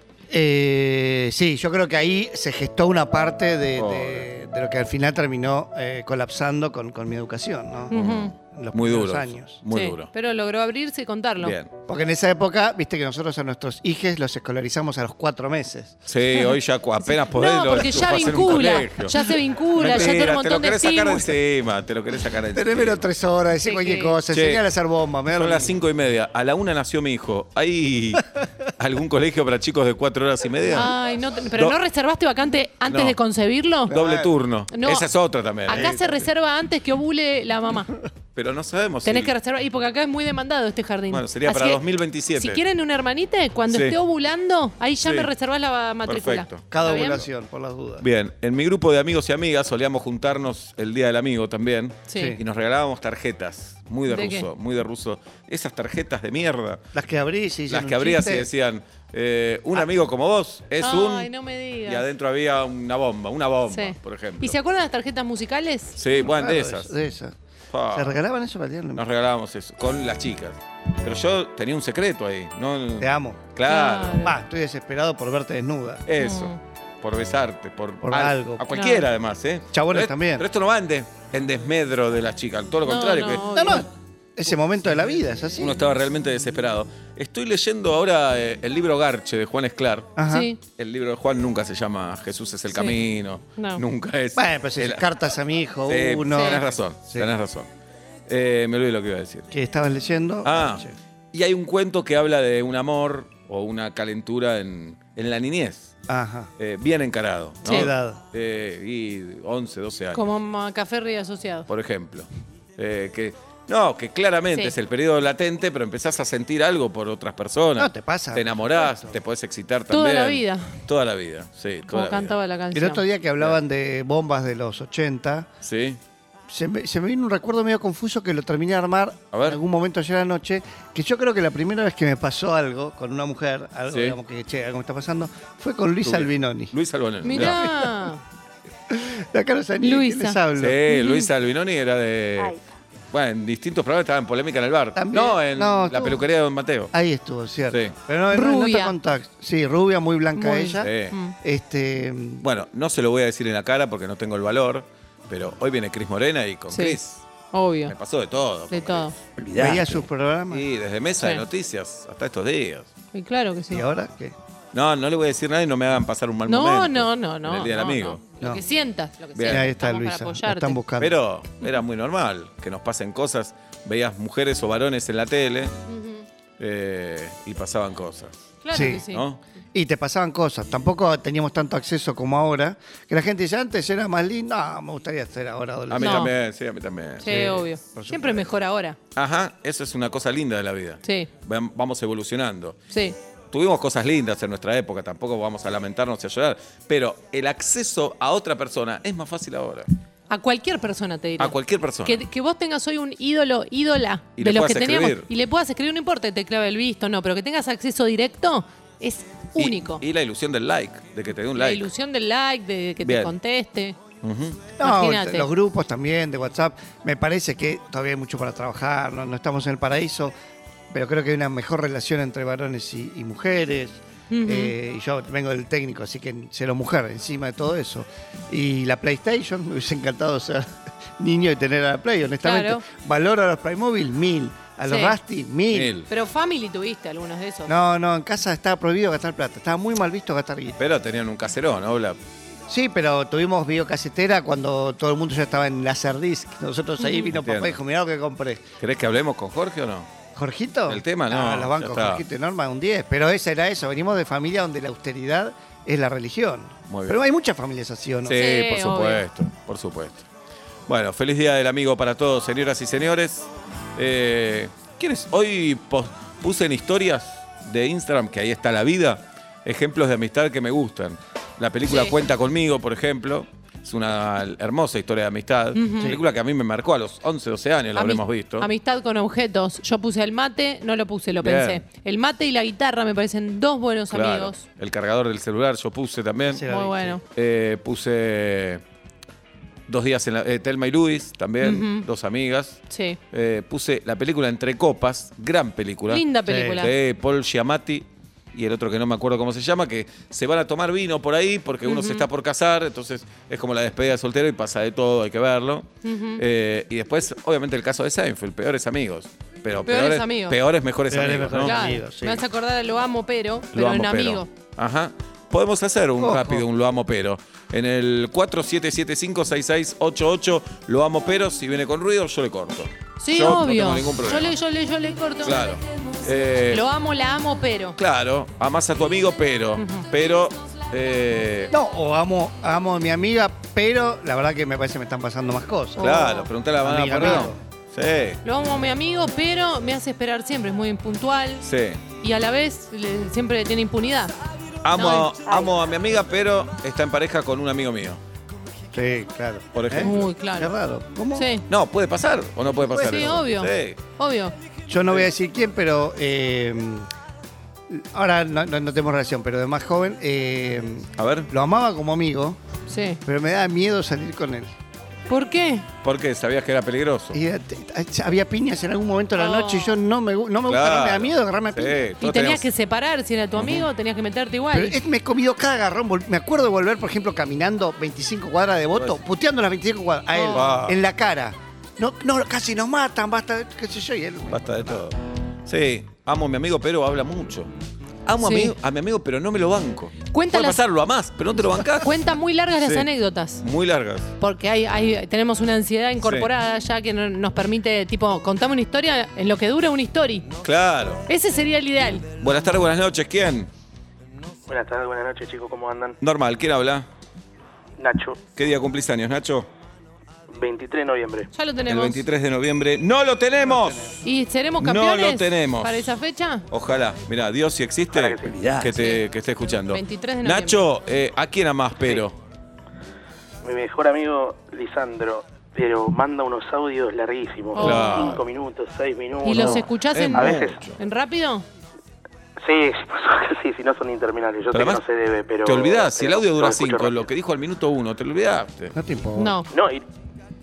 Eh, sí, yo creo que ahí se gestó una parte de,
Pobre.
de- de lo que al final terminó eh, colapsando con, con mi educación, ¿no?
Ujú.
los
Muy
primeros
duro.
años.
Muy
Sí,
duro.
Pero logró abrirse y contarlo.
Bien.
Porque en esa época, viste que nosotros a nuestros hijes los escolarizamos a los cuatro meses.
Sí, hoy ya cu- apenas podés.
No,
lo-
porque
lo
ya
vas a hacer en un
vincula,
colegio.
ya se vincula, ya tiene
Mentira,
un
te lo
montón de
querés sacar de
estímulos.
encima, te lo querés sacar de encima.
Tenémelo tres horas, decir
Sí,
cualquier
que-
cosa,
Che,
enseñar a hacer bomba. me da lo
Son las
mismo.
cinco y media. A la una nació mi hijo. ¿Hay algún colegio para chicos de cuatro horas y media?
Ay, no te- pero
Do-
no reservaste vacante antes
No.
de concebirlo.
Doble turno.
No.
Esa es otra también.
Acá
¿eh?
se reserva antes que ovule la mamá.
Pero no sabemos.
Tenés
si-
que reservar. Y porque acá es muy demandado este jardín.
Bueno, sería
Así
para
que,
2027.
Si quieren un hermanita, cuando
Sí.
esté ovulando, ahí ya
Sí.
me reservás la matrícula.
Perfecto.
Cada
¿Está bien?
ovulación, por las dudas.
Bien, en mi grupo de amigos y amigas solíamos juntarnos el Día del Amigo también.
Sí.
Y nos regalábamos tarjetas. Muy de,
¿De
ruso, muy de ruso. Esas tarjetas de mierda.
Las que abrís y
Las que abrías y decían, eh, un amigo como vos es
Ah. Ay,
un...
no me
y
digas.
adentro había una bomba, una bomba,
Sí.
por ejemplo.
¿Y se acuerdan de las tarjetas musicales?
Sí, bueno, de esas.
De esas.
Ah,
¿Se regalaban eso para el día del
nos
amigo?
regalábamos eso, con las chicas. Pero yo tenía un secreto ahí. No,
Te amo.
Claro,
Va, estoy desesperado por verte desnuda.
eso.
No.
Por besarte, por,
Por
al-
algo.
A cualquiera,
Mm. Claro.
además, ¿eh?
Chabones
Pero es-
también.
Pero esto no va en, des- en desmedro de las chicas, todo lo
No,
contrario. que
no,
No, no. Ese momento de la vida, es así.
Uno estaba realmente desesperado. Estoy leyendo ahora eh, el libro Garche de Juan Esclar.
Ajá.
Sí.
El libro de Juan nunca se llama Jesús es el
Sí.
camino.
No.
Nunca es.
Bueno, pues
el-
cartas a mi hijo,
Sí,
uno.
Tenés razón,
Sí.
tenés razón. Eh, me olvidé lo que iba a decir.
Que estabas leyendo.
Ah,
Che.
y hay un cuento que habla de un amor o una calentura en, en la niñez.
Ajá.
Eh, bien encarado. ¿no?
Sí. Edad.
Eh, y 11, 12 años.
Como Macaferri asociado.
por ejemplo. Eh, que, no, que claramente
Sí.
es el periodo latente, pero empezás a sentir algo por otras personas.
No, te pasa.
Te enamorás, te podés excitar
Toda
también.
la vida.
Toda la vida, sí. Toda
Como
la
cantaba la
El
canción.
otro día que hablaban de bombas de los 80,
vida. Sí.
se me, se me vino un recuerdo medio confuso que lo terminé de armar
A ver.
en algún momento ayer anoche, que yo creo que la primera vez que me pasó algo con una mujer, algo
Sí.
digamos que, che, algo me está pasando, fue con Luisa Albinoni.
Luis Albinoni. mirá.
Mirá.
De acá no sé ni de quién
Luisa.
les hablo.
Sí,
Mm.
Luis Albinoni era de. Bueno, en distintos programas estaba en polémica en el bar.
También.
No, en
No,
la
estuvo-
peluquería de Don Mateo.
Ah,
Ahí estuvo, cierto.
Sí.
Pero no, no, en
Rubia.
otro contacto. Sí, rubia, muy blanca
Muy.
ella.
Sí.
Mm.
Este,
Bueno, no se lo voy a decir en la cara porque no tengo el valor, pero hoy viene Cris Morena y con
Sí.
Cris me
Obvio.
pasó de todo.
De todo.
veía sus programas.
Y desde mesa de
Sí.
noticias hasta estos días.
Y claro que sí.
¿Y ahora qué?
No, no le voy a decir nada y no me hagan pasar un mal
No,
momento.
no, no, no.
en el Día del
no,
Amigo.
no. Lo
No.
que sientas, lo que
Bien.
sientas.
Ahí está
Estamos
Luisa.
para
la
apoyarte.
están buscando.
Pero era muy normal que nos pasen cosas. Veías mujeres o varones en la tele eh, y pasaban cosas,
Claro
Sí.
que sí.
¿no?
Y te pasaban cosas. Tampoco teníamos tanto acceso como ahora. Que la gente dice, antes era más linda. No, me gustaría ser ahora
A mí
adolescente.
No.
también, sí, a mí también.
Sí, obvio. Siempre mejor ahora.
Ajá, eso es una cosa linda de la vida.
Sí.
Vam- Vamos evolucionando.
Sí.
Tuvimos cosas lindas en nuestra época, tampoco vamos a lamentarnos y a llorar, pero el acceso a otra persona es más fácil ahora.
A cualquier persona te diría.
A cualquier persona.
Que, que vos tengas hoy un ídolo, ídola
Y
de
le
los que
puedas
teníamos.
escribir.
Y le puedas escribir, no importa que te clave el visto, no, pero que tengas acceso directo es
Y-
único.
Y, la ilusión del like, de que te dé un
La
like.
ilusión del like, de que
Bien.
te conteste.
Ujú.
No,
Imagínate.
los grupos también de WhatsApp. Me parece que todavía hay mucho para trabajar. No, no estamos en el paraíso. Pero creo que hay una mejor relación entre varones y, y mujeres. Eh, y yo vengo del técnico, así que cero mujer encima de todo eso. Y la PlayStation, me hubiese encantado ser niño y tener a la Play, honestamente.
Claro.
Valor a los Playmobil, mil. A los
Sí.
Rusty, mil.
Mil.
Pero family tuviste algunos de esos.
No, no, en casa estaba prohibido gastar plata. Estaba muy mal visto gastar guita.
Pero tenían un caserón, Obla.
Sí, pero tuvimos videocasetera cuando todo el mundo ya estaba en Laserdisc. Nosotros ahí
Mm,
vino
Entiendo.
papá y dijo, mirá lo que compré.
¿Querés que hablemos con Jorge o no?
¿Jorgito?
El tema, no,
Ah, los bancos,
ya está.
Jorgito y Norma, un 10. Pero esa era eso. Venimos de familia donde la austeridad es la religión.
Muy bien.
Pero hay muchas familias así, ¿o no?
Sí,
Sí,
por
obvio.
supuesto, por supuesto. Bueno, feliz día del amigo para todos, señoras y señores. Eh, ¿Quiénes? Hoy pos- puse en historias de Instagram, que ahí está la vida, ejemplos de amistad que me gustan. La película
Sí.
Cuenta conmigo, por ejemplo. Es una hermosa historia de amistad. Película que a mí me marcó a los 11, 12 años, la
Ami-
habremos visto.
Amistad con objetos. Yo puse el mate, no lo puse, lo
Bien.
pensé. El mate y la guitarra me parecen dos buenos
Claro.
amigos.
El cargador del celular yo puse también.
Sí, la
Muy
vi,
bueno.
Eh, puse dos días en la, eh, Telma y Luis, también, dos amigas.
Sí.
Eh, puse la película Entre Copas, gran película.
Linda película.
De Paul Giamatti y el otro que no me acuerdo cómo se llama, que se van a tomar vino por ahí porque uno se está por casar, entonces es como la despedida de soltero y pasa de todo, hay que verlo. Eh, y después, obviamente, el caso de Seinfeld, peores amigos. Pero
Peores
peores,
amigos.
Peores mejores
Peores
amigos, ¿no?
mejores
Claro,
Amigo, sí.
me vas a acordar a lo amo, pero,
Lo
pero
amo,
en
pero.
amigo.
Ajá. Podemos hacer un
Ojo.
rápido, un lo amo pero. En el 47756688, lo amo pero, si viene con ruido, yo le corto.
Sí,
Yo no
obvio.
tengo ningún problema.
yo le, yo le, yo le corto.
Claro. Eh,
Lo amo, la amo, pero.
Claro, amas a tu amigo pero. Pero. eh,
No, o amo, amo a mi amiga, pero la verdad que me parece que me están pasando más cosas.
Claro, preguntale a la
Amiga,
banana
amigo.
Sí,
Lo amo a mi amigo, pero me hace esperar siempre, es muy impuntual
sí.
y a la vez le- siempre tiene impunidad.
Amo, amo a mi amiga, pero está en pareja con un amigo mío.
Sí, claro. ¿Eh?
Por ejemplo.
Muy
Qué
claro.
raro. ¿Cómo?
Sí,
No, puede pasar o no puede
Pues
pasar.
sí,
eso?
obvio.
Sí.
obvio.
Yo no voy a decir quién, pero eh, ahora no, no- no tenemos relación, pero de más joven eh,
A ver,
lo amaba como amigo,
Sí.
pero me daba miedo salir con él.
¿Por qué?
¿por qué? ¿Sabías que era peligroso?
Y, eh, te- había piñas en algún momento de la
Oh.
noche y yo no me, gu- no me gusta, no me da
Claro.
miedo agarrarme a
Sí,
piñas.
Y
todos
tenías
tenemos-
que separar si era tu amigo, tenías que meterte
Pero
igual.
es- me he comido cada agarrón. vol- Me acuerdo de volver, por ejemplo, caminando 25 cuadras de voto, puteando las 25 cuadras a él,
Pues. Ah.
en la cara. No, no, casi nos matan, basta, de- qué sé yo, y él.
Basta de todo. Sí, amo a mi amigo, pero habla mucho. Amo a,
Sí.
mi, a mi amigo, pero no me lo banco.
Cuenta
Puede
las-
pasar, lo amás, pero no te lo bancás.
Cuentan muy largas las
Sí.
anécdotas.
Muy largas.
Porque hay, hay- tenemos una ansiedad incorporada ya que no- nos permite, tipo, contame una historia en lo que dura una historia.
Claro.
Ese sería el ideal.
Buenas tardes, buenas noches. ¿Quién?
Buenas tardes, buenas noches, chicos, ¿cómo andan?
Normal, ¿quién habla?
Nacho,
¿Qué día cumplís años, Nacho?
23 de noviembre.
Ya lo
El
tenemos.
23 de noviembre. ¡No lo tenemos!
¿Y seremos
No
campeones?
lo tenemos.
¿Para esa fecha?
Ojalá. Mira, Dios si existe,
Ojalá que
que, te, que esté escuchando.
23 de noviembre.
Nacho, eh, ¿a quién amás, pero?
Mi mejor amigo Lisandro, pero manda unos audios larguísimos.
Oh.
Claro.
5 minutos, 6 minutos.
¿Y los escuchás
es
en,
a veces.
en rápido?
Sí, sí, si no son interminables. Yo
Pero
sé
además,
que no se debe, pero.
Te olvidás, si el audio dura
lo escucho
5, lo
rápido.
que dijo al minuto 1, te lo olvidaste.
No te importa.
No.
No, y,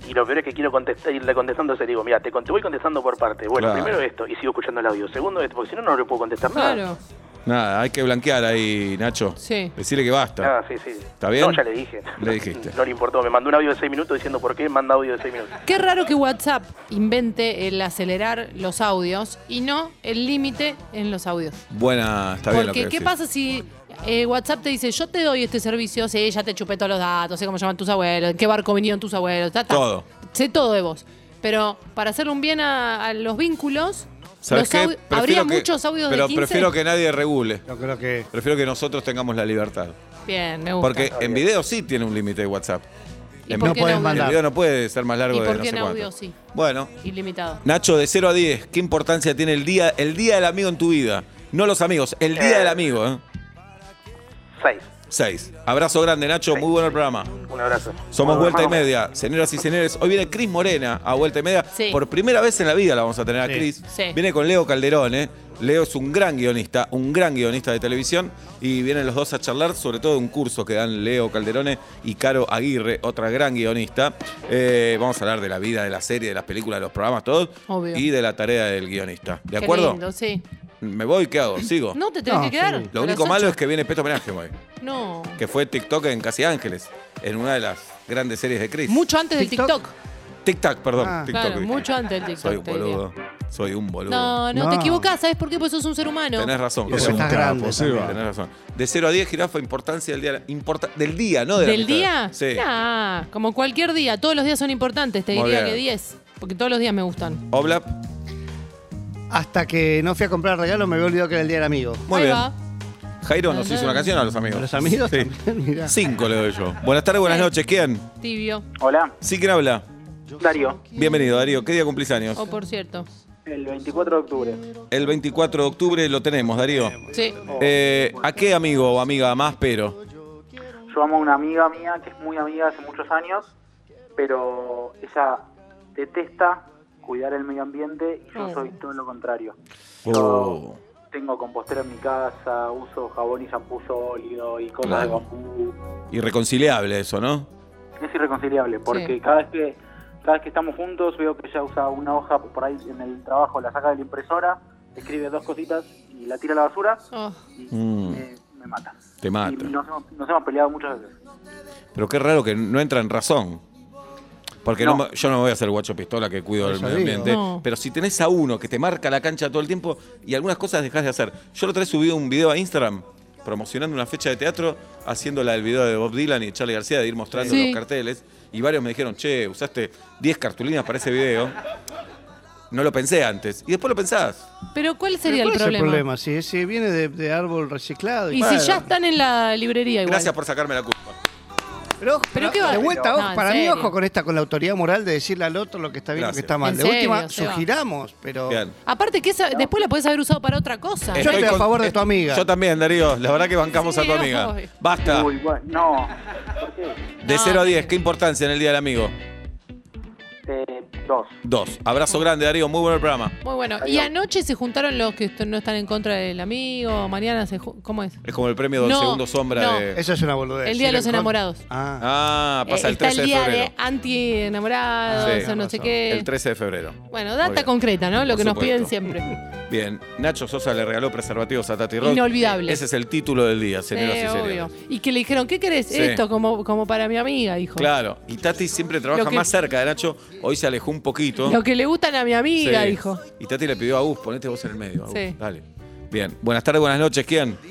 y lo peor es que quiero contestar, irle contestando, se digo, mira, te, con- te voy contestando por parte. Bueno,
Claro.
primero esto, y sigo escuchando el audio. Segundo esto, porque si no, no le puedo contestar nada.
Claro.
Nada, hay que blanquear ahí, Nacho.
Sí.
Decirle que basta.
Nada, Ah, sí, sí.
¿Está bien?
No, ya le dije.
Le dijiste.
No le importó. Me mandó un audio de 6 minutos diciendo por qué manda audio de 6 minutos.
Qué raro que WhatsApp invente el acelerar los audios y no el límite en los audios.
Buena, está bien lo que
Porque, ¿qué
decís.
pasa si eh, WhatsApp te dice, yo te doy este servicio, sé, ya te chupé todos los datos, sé cómo llaman tus abuelos, en qué barco vinieron tus abuelos, ta, ta.
Todo.
Sé todo de vos. Pero para hacerle un bien a, a los vínculos,
¿Sabés
los
qué?
au-
Prefiero
habría
que-
muchos audios
Pero
de 15.
prefiero que nadie regule.
Yo creo que.
Prefiero que nosotros tengamos la libertad.
Bien, me gusta.
Porque en video sí tiene un límite de WhatsApp.
¿Y
en
por
no
qué
podés
en audio?
El
mandar.
video no puede ser más largo
¿Y
de
por
no
qué
sé
en audio
cuánto.
sí?
Bueno,
Ilimitado.
Nacho, de 0 a 10, ¿qué importancia tiene el día, el día del amigo en tu vida? No los amigos, el día
Eh.
del amigo, ¿eh?
6.
6. Abrazo grande, Nacho. Muy bueno el programa.
Un abrazo.
Somos
Bueno,
Vuelta y
vamos.
Media. Señoras y señores, hoy viene Cris Morena a Vuelta y Media.
Sí.
Por primera vez en la vida la vamos a tener a
Sí.
Cris.
Sí.
Viene con Leo Calderón, ¿eh? Leo es un gran guionista, un gran guionista de televisión. Y vienen los dos a charlar, sobre todo de un curso que dan Leo Calderone y Caro Aguirre, otra gran guionista. Eh, vamos a hablar de la vida, de la serie, de las películas, de los programas, todos.
Obvio.
Y de la tarea del guionista. ¿De
Qué
acuerdo?
lindo, sí.
¿Me voy? ¿Qué hago? ¿Sigo?
No, te tenés
No,
que quedar.
sí.
Lo
a las
único malo
ocho.
es que viene Peto Homenaje hoy,
No.
que fue TikTok en Casi Ángeles, en una de las grandes series de Cris.
Mucho antes del
TikTok.
TikTok.
Tic-tac, perdón.
Ah.
TikTok,
Claro,
dije.
mucho antes del TikTok.
Soy un
te diría.
boludo. Soy un boludo.
No, no,
No.
te equivocás. ¿Sabes por qué? Porque sos un ser humano.
Tenés razón.
Porque
Seba.
estás grande
Seba.
Tenés razón. De 0 a 10, jirafa, importancia del día. importa- del día, ¿no? De la
¿Del
mitad.
día?
Sí.
Nah, como cualquier día. Todos los días son importantes. Te
Muy
diría
bien.
que 10. Porque todos los días me gustan.
Oblap.
Hasta que no fui a comprar regalo, me había olvidado que era el día del amigo.
Muy
Ahí
bien.
va.
Jairo nos hizo una canción a los
¿A
amigos.
los amigos?
Sí.
también, mirá.
Cinco le doy yo. Buenas tardes, buenas
Sí.
noches. ¿Quién?
Tibio.
Hola,
Sí, ¿quién habla?
Darío,
Bienvenido, Darío. ¿Qué día cumplís años?
O oh, por cierto.
el 24 de octubre.
El 24 de octubre lo tenemos, Darío.
Sí.
Eh, ¿A qué amigo o amiga más, pero?
Yo amo a una amiga mía que es muy amiga hace muchos años, pero ella detesta cuidar el medio ambiente y yo
Oh.
soy todo lo contrario.
Oh.
Tengo compostera en mi casa, uso jabón y shampoo sólido y cosas
Claro.
de bambú.
Irreconciliable eso, ¿no?
Es irreconciliable porque
Sí.
cada vez que cada vez que estamos juntos veo que ella usa una hoja por ahí en el trabajo, la saca de la impresora, escribe dos cositas y y la tira a la basura,
Oh.
Mm,
eh, me mata.
te
Y
mata.
nos hemos, nos hemos peleado muchas veces.
Pero qué raro que no entra en razón. Porque no me- yo no me voy a hacer guacho pistola que cuido
Por
del
eso
medio
digo.
ambiente.
No.
Pero si tenés a uno que te marca la cancha todo el tiempo y algunas cosas dejás de hacer. Yo lo trae subido un video a Instagram promocionando una fecha de teatro, haciendo la del video de Bob Dylan y Charlie García, de ir mostrando
Sí.
los carteles. Y varios me dijeron, che, usaste 10 cartulinas para ese video. No lo pensé antes. Y después lo pensás.
Pero ¿cuál sería el problema?
el problema? Si, si viene de, de árbol reciclado.
Y si ya están en la librería igual.
Gracias por sacarme la culpa.
Pero, ojo,
Pero qué va-
de vuelta, ojo,
No, en
para mí,
serio.
ojo con esta, con la autoridad moral de decirle al otro lo que está bien y lo que
Gracias.
está mal.
En
De
serio,
última,
Seba.
sugiramos, pero.
Bien.
Aparte que esa, después la podés haber usado para otra cosa.
Eh.
Yo estoy a favor de tu amiga.
Yo también, Darío. La verdad que bancamos
Sí,
a tu amiga.
obvio.
Basta.
Uy, bueno, no. ¿Por qué?
De
No,
0 a 10, ¿qué importancia en el Día del Amigo?
Eh, dos.
Dos. Abrazo grande, Darío. Muy bueno el programa.
Muy bueno. Y
Adiós.
anoche se juntaron los que est- no están en contra del amigo. Mañana se ju- ¿Cómo es?
Es como el premio del
No,
segundo sombra
no.
de.
Eso es una boludez.
El Día de los
Ir en contra-
Enamorados.
Ah,
Ah, pasa
Eh,
el
está
13
el
de
día
febrero.
de anti-enamorados
Sí,
o no sé qué.
El 13 de febrero.
Bueno,
Muy
data
bien.
concreta, ¿no? Lo
Por
que nos
supuesto.
piden siempre.
Bien. Nacho Sosa le regaló preservativos a Tati Ross.
Inolvidable.
Ese es el título del día, señoras
Sí,
y
Eh, obvio.
señores.
Y que le dijeron, ¿qué querés?
Sí.
Esto, como, como para mi amiga, dijo.
Claro. Y Tati siempre trabaja
Lo que-
más cerca de Nacho. Hoy se alejó un poquito.
Lo que le gustan a mi amiga,
Sí.
dijo.
Y Tati le pidió a Gus, ponete vos en el medio. Agus.
Sí.
Dale. Bien. Buenas tardes, buenas noches. ¿Quién?
Tú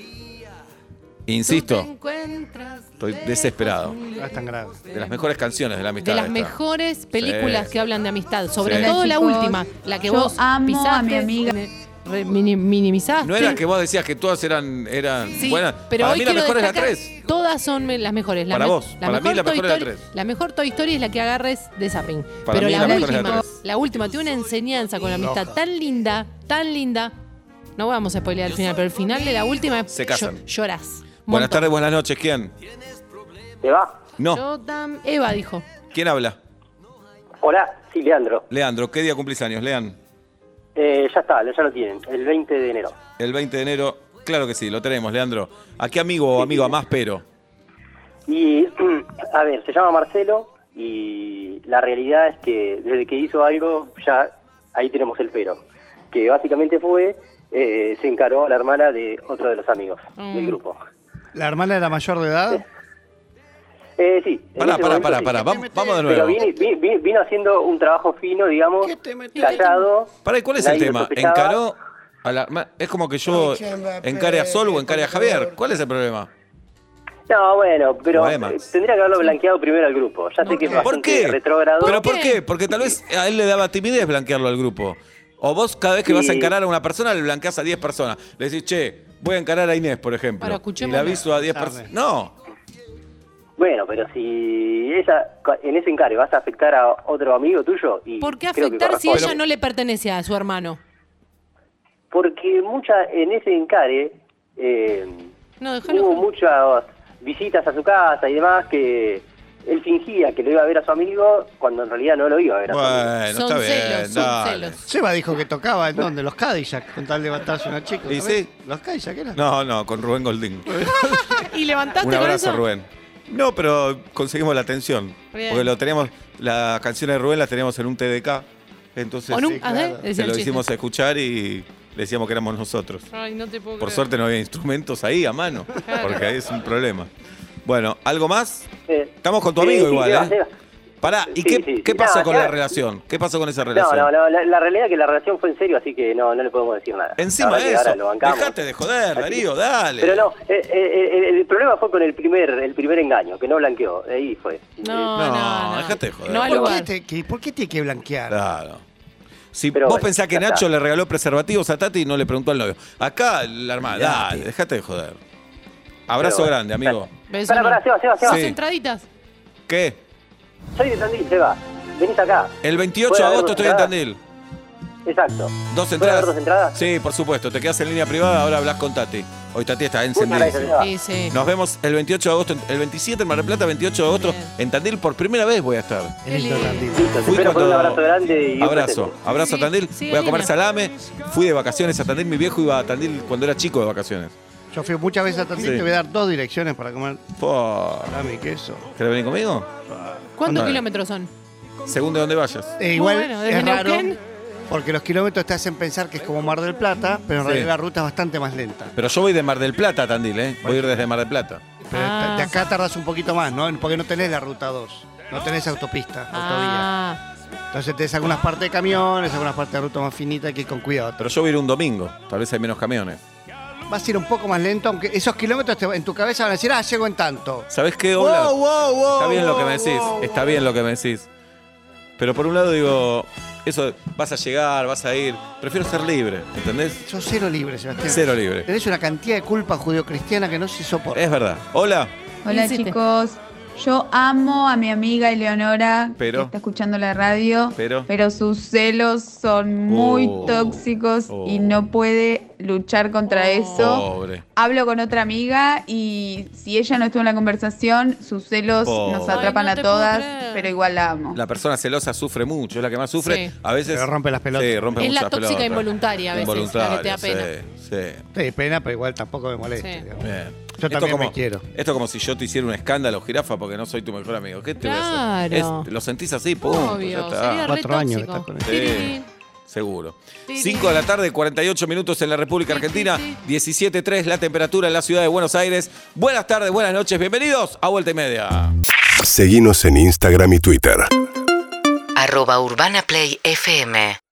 te
Insisto,
encuentras
estoy desesperado.
no es tan grave.
De las mejores canciones de la amistad.
De las
esta.
mejores películas
Sí.
que hablan de amistad, sobre
Sí.
todo la
Chicos,
última, la que
yo
vos
amo
pisaste,
a mi amiga.
re- mini- minimizaste.
No era que vos decías que todas eran, eran
Sí,
buenas.
pero
Para
hoy
mí la
quiero
mejor es la
destacar,
3.
Todas son me- las mejores. La
Para
me-
vos, para mí la mejor
Toy
es la
Story-
tres.
La mejor Toy Story es la que agarres de Zapping.
Para
pero
mí
la,
la mejor es la
última,
tres.
la última tiene una enseñanza con la amistad tan linda, tan linda. No vamos a spoilear el final, pero el final de la última es
Se casan.
llo- llorás.
Buenas
Montón.
tardes, buenas noches. ¿Quién?
¿Te va?
No.
Yo tam- Eva dijo.
¿Quién habla?
Hola, sí, Leandro. Eh,
Leandro, ¿qué día cumplís años? Lean.
ya está, ya lo tienen, el 20 de enero.
El 20 de enero. Claro que sí, lo tenemos, Leandro. ¿A qué amigo o amigo más pero?
Y, a ver, se llama Marcelo y la realidad es que desde que hizo algo, ya ahí tenemos el pero. Que básicamente fue, eh, se encaró a la hermana de otro de los amigos del grupo.
¿La hermana era mayor de edad?
Eh, sí. en
Pará, pará,
ese momento
pará,
sí.
pará. Vamos, vamos de
Pero
nuevo.
vino, vi- vi- vino haciendo un trabajo fino, digamos,
¿Qué te metiste?
callado.
Pará, ¿y cuál es el
nadie lo
tema?
sospechaba.
¿Encaró? A la, ma- es como que yo encare a Sol o encare a Javier. ¿Cuál es el problema?
No, bueno, pero
Poemas.
eh, tendría que haberlo blanqueado primero al grupo. Ya sé que es
¿Por
bastante
qué?
retrógrado.
¿Pero por qué? Porque tal vez a él le daba timidez blanquearlo al grupo. O vos cada vez que
Sí.
vas a encarar a una persona le blanqueás a 10 personas. Le decís, che, voy a encarar a Inés, por ejemplo.
Ahora,
y
escuchémosla.
le aviso a 10 personas.
Tarde.
No,
Bueno, pero si esa, en ese encare vas a afectar a otro amigo tuyo y
¿Por qué
creo que
afectar si
corresponde.
ella no le pertenece a su hermano?
Porque mucha en ese encare eh,
No,
hubo
déjalo.
muchas visitas a su casa y demás que él fingía que lo iba a ver a su amigo cuando en realidad no lo iba a ver. A su amigo.
bueno,
Son
está bien.
celos, son
dale.
celos.
Seba dijo que tocaba en dónde? Los Cadillac, con tal de levantarse una chica.
Y
¿no
sí.
ves? ¿Los Cadillac eran?
No, no, con Rubén Goldín.
¿Y levantaste
Un
con
abrazo,
eso?
Rubén. No, pero conseguimos la atención.
Bien.
Porque lo teníamos, las canciones de Rubén las teníamos en un TDK. Entonces
¿O no?
Sí,
Ah,
claro.
¿eh?
se
Decía el
lo
chiste.
hicimos escuchar y le decíamos que éramos nosotros.
Ay, no te puedo
Por
creer.
suerte no había instrumentos ahí a mano, porque ahí es un problema. Bueno, ¿algo más?
Eh,
Estamos con tu
sí,
amigo
sí,
igual,
Seba,
¿eh?
Seba.
Pará, ¿y
Sí,
qué,
sí, sí.
qué pasó
No,
con
ya-
la relación? ¿Qué pasó con esa
No,
relación?
no, no, la, la realidad es que la relación fue en serio, así que no, no le podemos decir nada. La
Encima
verdad
de
que
eso,
ahora lo bancamos.
dejate de joder, Darío, dale.
Pero no, eh, eh, eh, el problema fue con el primer, el primer engaño, que no blanqueó, ahí fue. Eh,
No,
Eh, No,
no, no.
dejate de joder.
No al
¿Por
lugar.
qué, te- que- ¿Por qué tiene que blanquear?
Claro. Si
Pero
vos
bueno,
pensás que
ya
Nacho
está.
le regaló preservativos a Tati y no le preguntó al novio. Acá, la hermana, dale, dejate de joder. Abrazo
Pero bueno,
grande, amigo.
Beso
Pará, pará,
enorme.
Seba, Seba, Seba.
Dos
Sí.
entraditas.
¿Qué?
Soy de Tandil, Seba. Venís acá.
El 28
Puede
de
haber
agosto estoy
dos
en
entradas.
Tandil.
Exacto.
¿Dos
¿Puede haber
entradas?
dos entradas?
Sí, por supuesto. Te quedas en línea privada, ahora hablas con Tati. Hoy Tati está encendida.
gracias, Seba.
Sí, sí.
Nos vemos el 28 de agosto, en- el 27 en Mar del Plata, 28 de agosto.
Bien.
En Tandil por primera vez voy a estar.
Es lindo
Qué
Tandil.
Listo, te espero con un abrazo grande y un
Abrazo,
presente.
abrazo a
Sí,
Tandil.
sí,
voy a
es
comer
lindo.
salame. Fui de vacaciones a Tandil. Mi viejo iba a Tandil cuando era chico de vacaciones.
Yo fui muchas veces a Tandil,
Sí.
te voy a dar dos direcciones para comer
Po.
salami y queso.
¿Querés venir conmigo?
¿Cuántos
Andá.
kilómetros son?
Según de dónde vayas.
Eh, igual
bueno, desde
es raro
Neuquén.
Porque los kilómetros te hacen pensar que es como Mar del Plata, pero en
Sí.
realidad la ruta es bastante más lenta.
Pero yo voy de Mar del Plata a Tandil, ¿eh? Voy a ir desde Mar del Plata.
Pero
Ah,
de acá tardas un poquito más, ¿no? Porque no tenés la ruta 2, no tenés autopista,
Ah,
autovía. Entonces tenés algunas partes de camiones, algunas partes de ruta más finita, hay que ir con cuidado.
Pero yo voy a ir un domingo, tal vez hay menos camiones.
Vas a ir un poco más lento, aunque esos kilómetros te- en tu cabeza van a decir, ah, llego en tanto. Oh,
¿Sabés qué, Ola?
Wow, wow, wow,
Está bien lo que
wow,
me decís,
wow,
está bien lo que me decís. Pero por un lado digo, eso, vas a llegar, vas a ir. Prefiero ser libre, ¿entendés?
Sos cero libre, Sebastián.
Cero Eh. libre.
Tenés una cantidad de culpa judeocristiana que no se soporta.
Es verdad. Hola.
Hola chicos, yo amo a mi amiga Eleonora
Pero.
que está escuchando la radio,
Pero.
sus celos son muy
Oh.
tóxicos y no puede luchar contra
Oh.
eso.
Pobre.
Hablo con otra amiga y si ella no estuvo en la conversación, sus celos
Oh.
nos
Ay,
atrapan
no
a
te puedo
todas,
creer.
pero igual la amo.
La persona celosa sufre mucho, es la que más sufre.
Sí.
A veces.
Pero rompe las pelotas.
Sí, rompe
Es la
muchas
tóxica
pelotas.
involuntaria a veces, la que te da
Involuntaria, sí, sí.
Te dé pena, pero igual tampoco me molesta.
Sí.
digamos.
Bien.
Yo también me quiero.
Esto como si yo te hiciera un escándalo, jirafa, porque no soy tu mejor amigo. ¿Qué te voy a
Claro.
hacer? Es- lo sentís así, pum.
Obvio, sería re Cuatro años que tóxico. estás con él.
pues Sí, seguro. 5 de la tarde, 48 minutos en la República Argentina, 17.3 la temperatura en la ciudad de Buenos Aires. Buenas tardes, buenas noches, bienvenidos a Vuelta y Media.
Seguinos en Instagram y Twitter.
Arroba Urbana Play FM